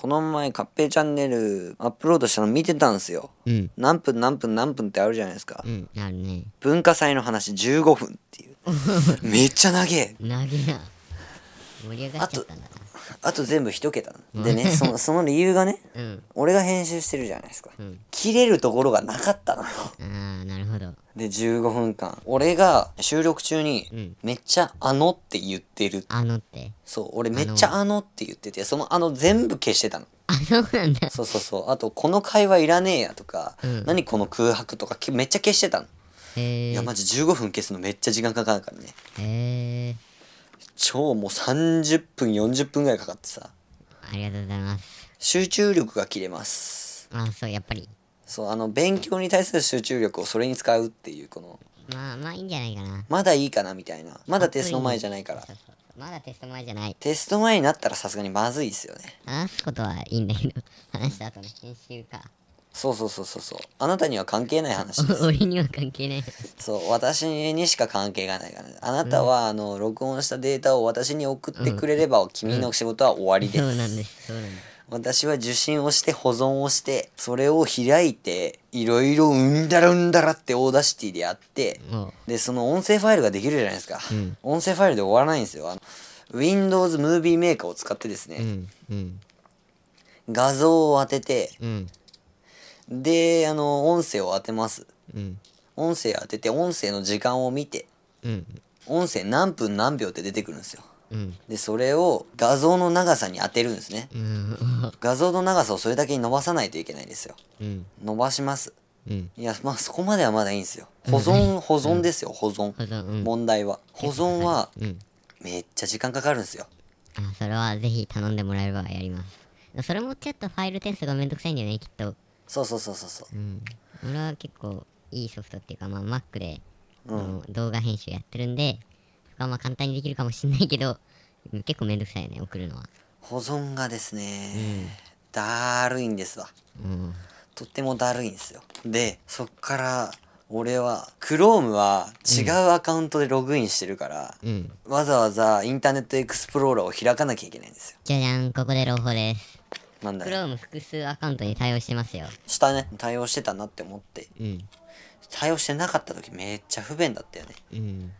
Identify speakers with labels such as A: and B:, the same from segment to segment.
A: この前、カッペイチャンネルアップロードしたの見てたんですよ。
B: うん。
A: 何分何分何分ってあるじゃないですか
B: う。ん。あるね。
A: 文化祭の話15分っていう。めっちゃ長え。
B: 投げな。盛り上がっちゃったんだ
A: あと全部一桁な。でね、その、その理由がね、
B: な。うん。
A: 俺が編集してるじゃないですか。
B: ん
A: 切れるところがなかったのよ。
B: ああ、なるほど。
A: で、15分間。俺が収録中に
B: ん、
A: めっちゃあのって言ってる。
B: あのって。
A: そう、俺めっちゃあのって言ってて、そのあの全部消してたの。
B: あ、そうなんだ。
A: そうそうそう。あと、この会話いらねえやとか、何この空白とかけめっちゃ消してたの。
B: へ
A: い
B: え
A: や、。マジ15分消すのめっちゃ時間かかるからね。
B: へえ。
A: 超もう30分、40分ぐらいかかってさ。
B: ありがとうございます。
A: 集中力が切れます。
B: あ、そう、やっぱり。
A: そう、あの、勉強に対する集中力をそれに使うっていう、この、
B: まあ、まあいいんじゃないかな。
A: まだいいかなみたいな。まだテスト前じゃないから
B: そ。うそうそうまだテスト前じゃない。
A: テスト前になったらさすがにまずいっすよね。
B: 話すことはいいんだけど、 話した後の編集か。
A: そうそうそうそうそう。あなたには関係ない 話です。
B: 俺には関係ない。
A: そう、私にしか関係がないからね。あなたは、あの、録音したデータを私に送ってくれれば、君の仕事は終わりで
B: そ
A: す。
B: うなんです。そうなんです。
A: 私は受信をして保存をしてそれを開いていろいろうんだらうんだらってオーダーシティでやって
B: も
A: でその音声ファイルができるじゃないですか、音声ファイルで終わらないんですよあの Windows ムービーメーカーを使ってです
B: う。う
A: ね、
B: ん。うん。
A: 画像を当てて
B: うん。
A: であの音声を当てます
B: うん。
A: 音声当てて音声の時間を見て
B: うん。
A: 音声何分何秒って出てくるんですよ
B: うん。
A: でそれを画像の長さに当てるんですね
B: うん。
A: 画像の長さをそれだけに伸ばさないといけないんですよ
B: うん。
A: 伸ばします
B: うん。
A: いやまあそこまではまだいいんですよ保存保存ですよ保存
B: 保存うん
A: 問題は保存は
B: うん。
A: めっちゃ時間かかるんですよ
B: あ、それはぜひ頼んでもらえればやります。それもちょっとファイルテストがめんどくさいんだよね、きっと。
A: そうそうそうそうそう
B: うん。俺は結構いいソフトっていうか、まあ Mac で、あの動画編集やってるんで、そこはまあ簡単にできるかもしんないけど、うん結構めんどくさいよね、送るのは。
A: 保存がですねだるいんですわ
B: うん。
A: とってもだるいんですよでそっから俺は Chrome は違うアカウントでログインしてるから、
B: うん。
A: わざわざインターネットエクスプローラーを開かなきゃいけないんですよ
B: じゃじゃん、ここで朗報です。
A: なんだよ
B: Chrome 複数アカウントに対応してますよ。
A: 下ね対応してたなって思って
B: うん。
A: 対応してなかった時めっちゃ不便だったよね
B: うん。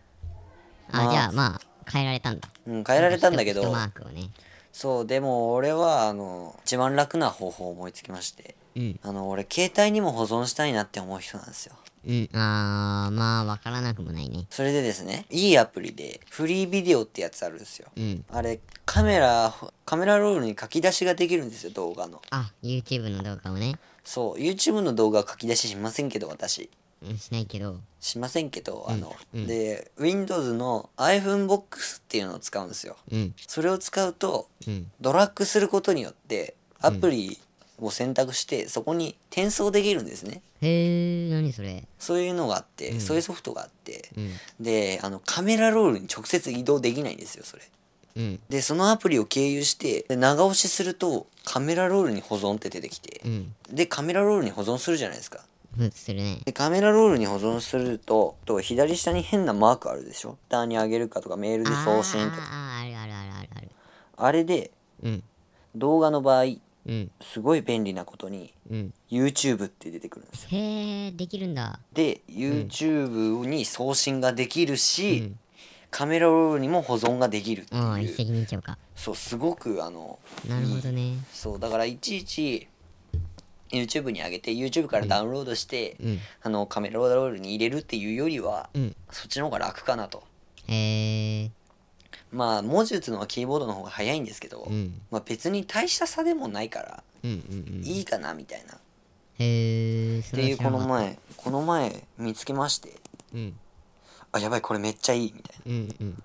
A: まあ
B: あ、じゃあまあ、変えられたんだ。
A: うん変えられたんだけど
B: 一マークをね。
A: そうでも俺はあの一番楽な方法を思いつきまして
B: うん。
A: あの俺携帯にも保存したいなって思う人なんですよ
B: うん。あー、まあ、わからなくもないね。
A: それでですねいいアプリでフリービデオってやつあるんですよ
B: うん。
A: あれカメラカメラロールに書き出しができるんですよ動画の
B: あ、YouTube の動画をね。
A: そう YouTube の動画は書き出ししませんけど私
B: うんしないけど。
A: しませんけどあの、で Windows の iPhoneBox っていうのを使うんですよ
B: うん。
A: それを使うと
B: うん。
A: ドラッグすることによってアプリを選択してそこに転送できるんですね
B: へー、何それ。
A: そういうのがあって、そういうソフトがあって、
B: ん
A: であのカメラロールに直接移動できないんですよそれ
B: うん。
A: でそのアプリを経由してで長押しするとカメラロールに保存って出てきて
B: う、ん。
A: でカメラロールに保存するじゃないですか
B: ふっするね。
A: でカメラロールに保存するとと左下に変なマークあるでしょツイッターにあげるかとかメールで送信とか
B: あーあー、あるあるあるあるある。
A: あれで
B: うん。
A: 動画の場合
B: うん。
A: すごい便利なことに
B: うん。
A: YouTube って出てくるんですよ
B: へー、できるんだ。
A: で YouTube に送信ができるし、カメラロールにも保存ができるって
B: あー、
A: い
B: 一
A: う
B: 石二鳥か。
A: そうすごくあの
B: なるほどね。
A: そうだからいちいち YouTube に上げて YouTube からダウンロードして、
B: ん
A: あのカメラロールに入れるっていうよりは、
B: うん
A: そっちの方が楽かなと
B: へー。
A: まあ文字打つのはキーボードの方が早いんですけど、
B: うん。
A: まあ、別に大した差でもないから
B: うんうん
A: いいかなみたいな、っ
B: うん。へー、そ
A: て
B: れは
A: いう
B: 知ら
A: こ
B: な
A: の
B: かった
A: 前この前見つけまして
B: うん。
A: あやばいこれめっちゃいいみたいな
B: うんうん。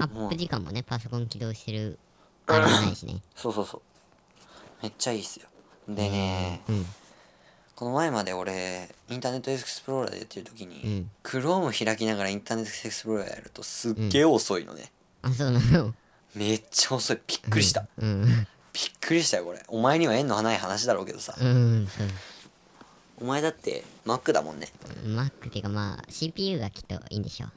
B: アップ時間もね、パソコン起動してる。あれじゃないしね。
A: そうそうそうめっちゃいいっすよでね、
B: うん。
A: この前まで俺インターネットエクスプローラーでやってる時
B: う
A: に、
B: ん
A: Chrome 開きながらインターネットエクスプローラーやるとすっげえ遅いのね、
B: あ、そうなの。
A: めっちゃ遅いびっくりした、
B: うん。
A: びっくりしたよこれお前には縁のない話だろうけどさ、
B: うん、そう。
A: お前だって Mac だもんね
B: Mac っていうかまあ、CPU がきっといいんでしょう。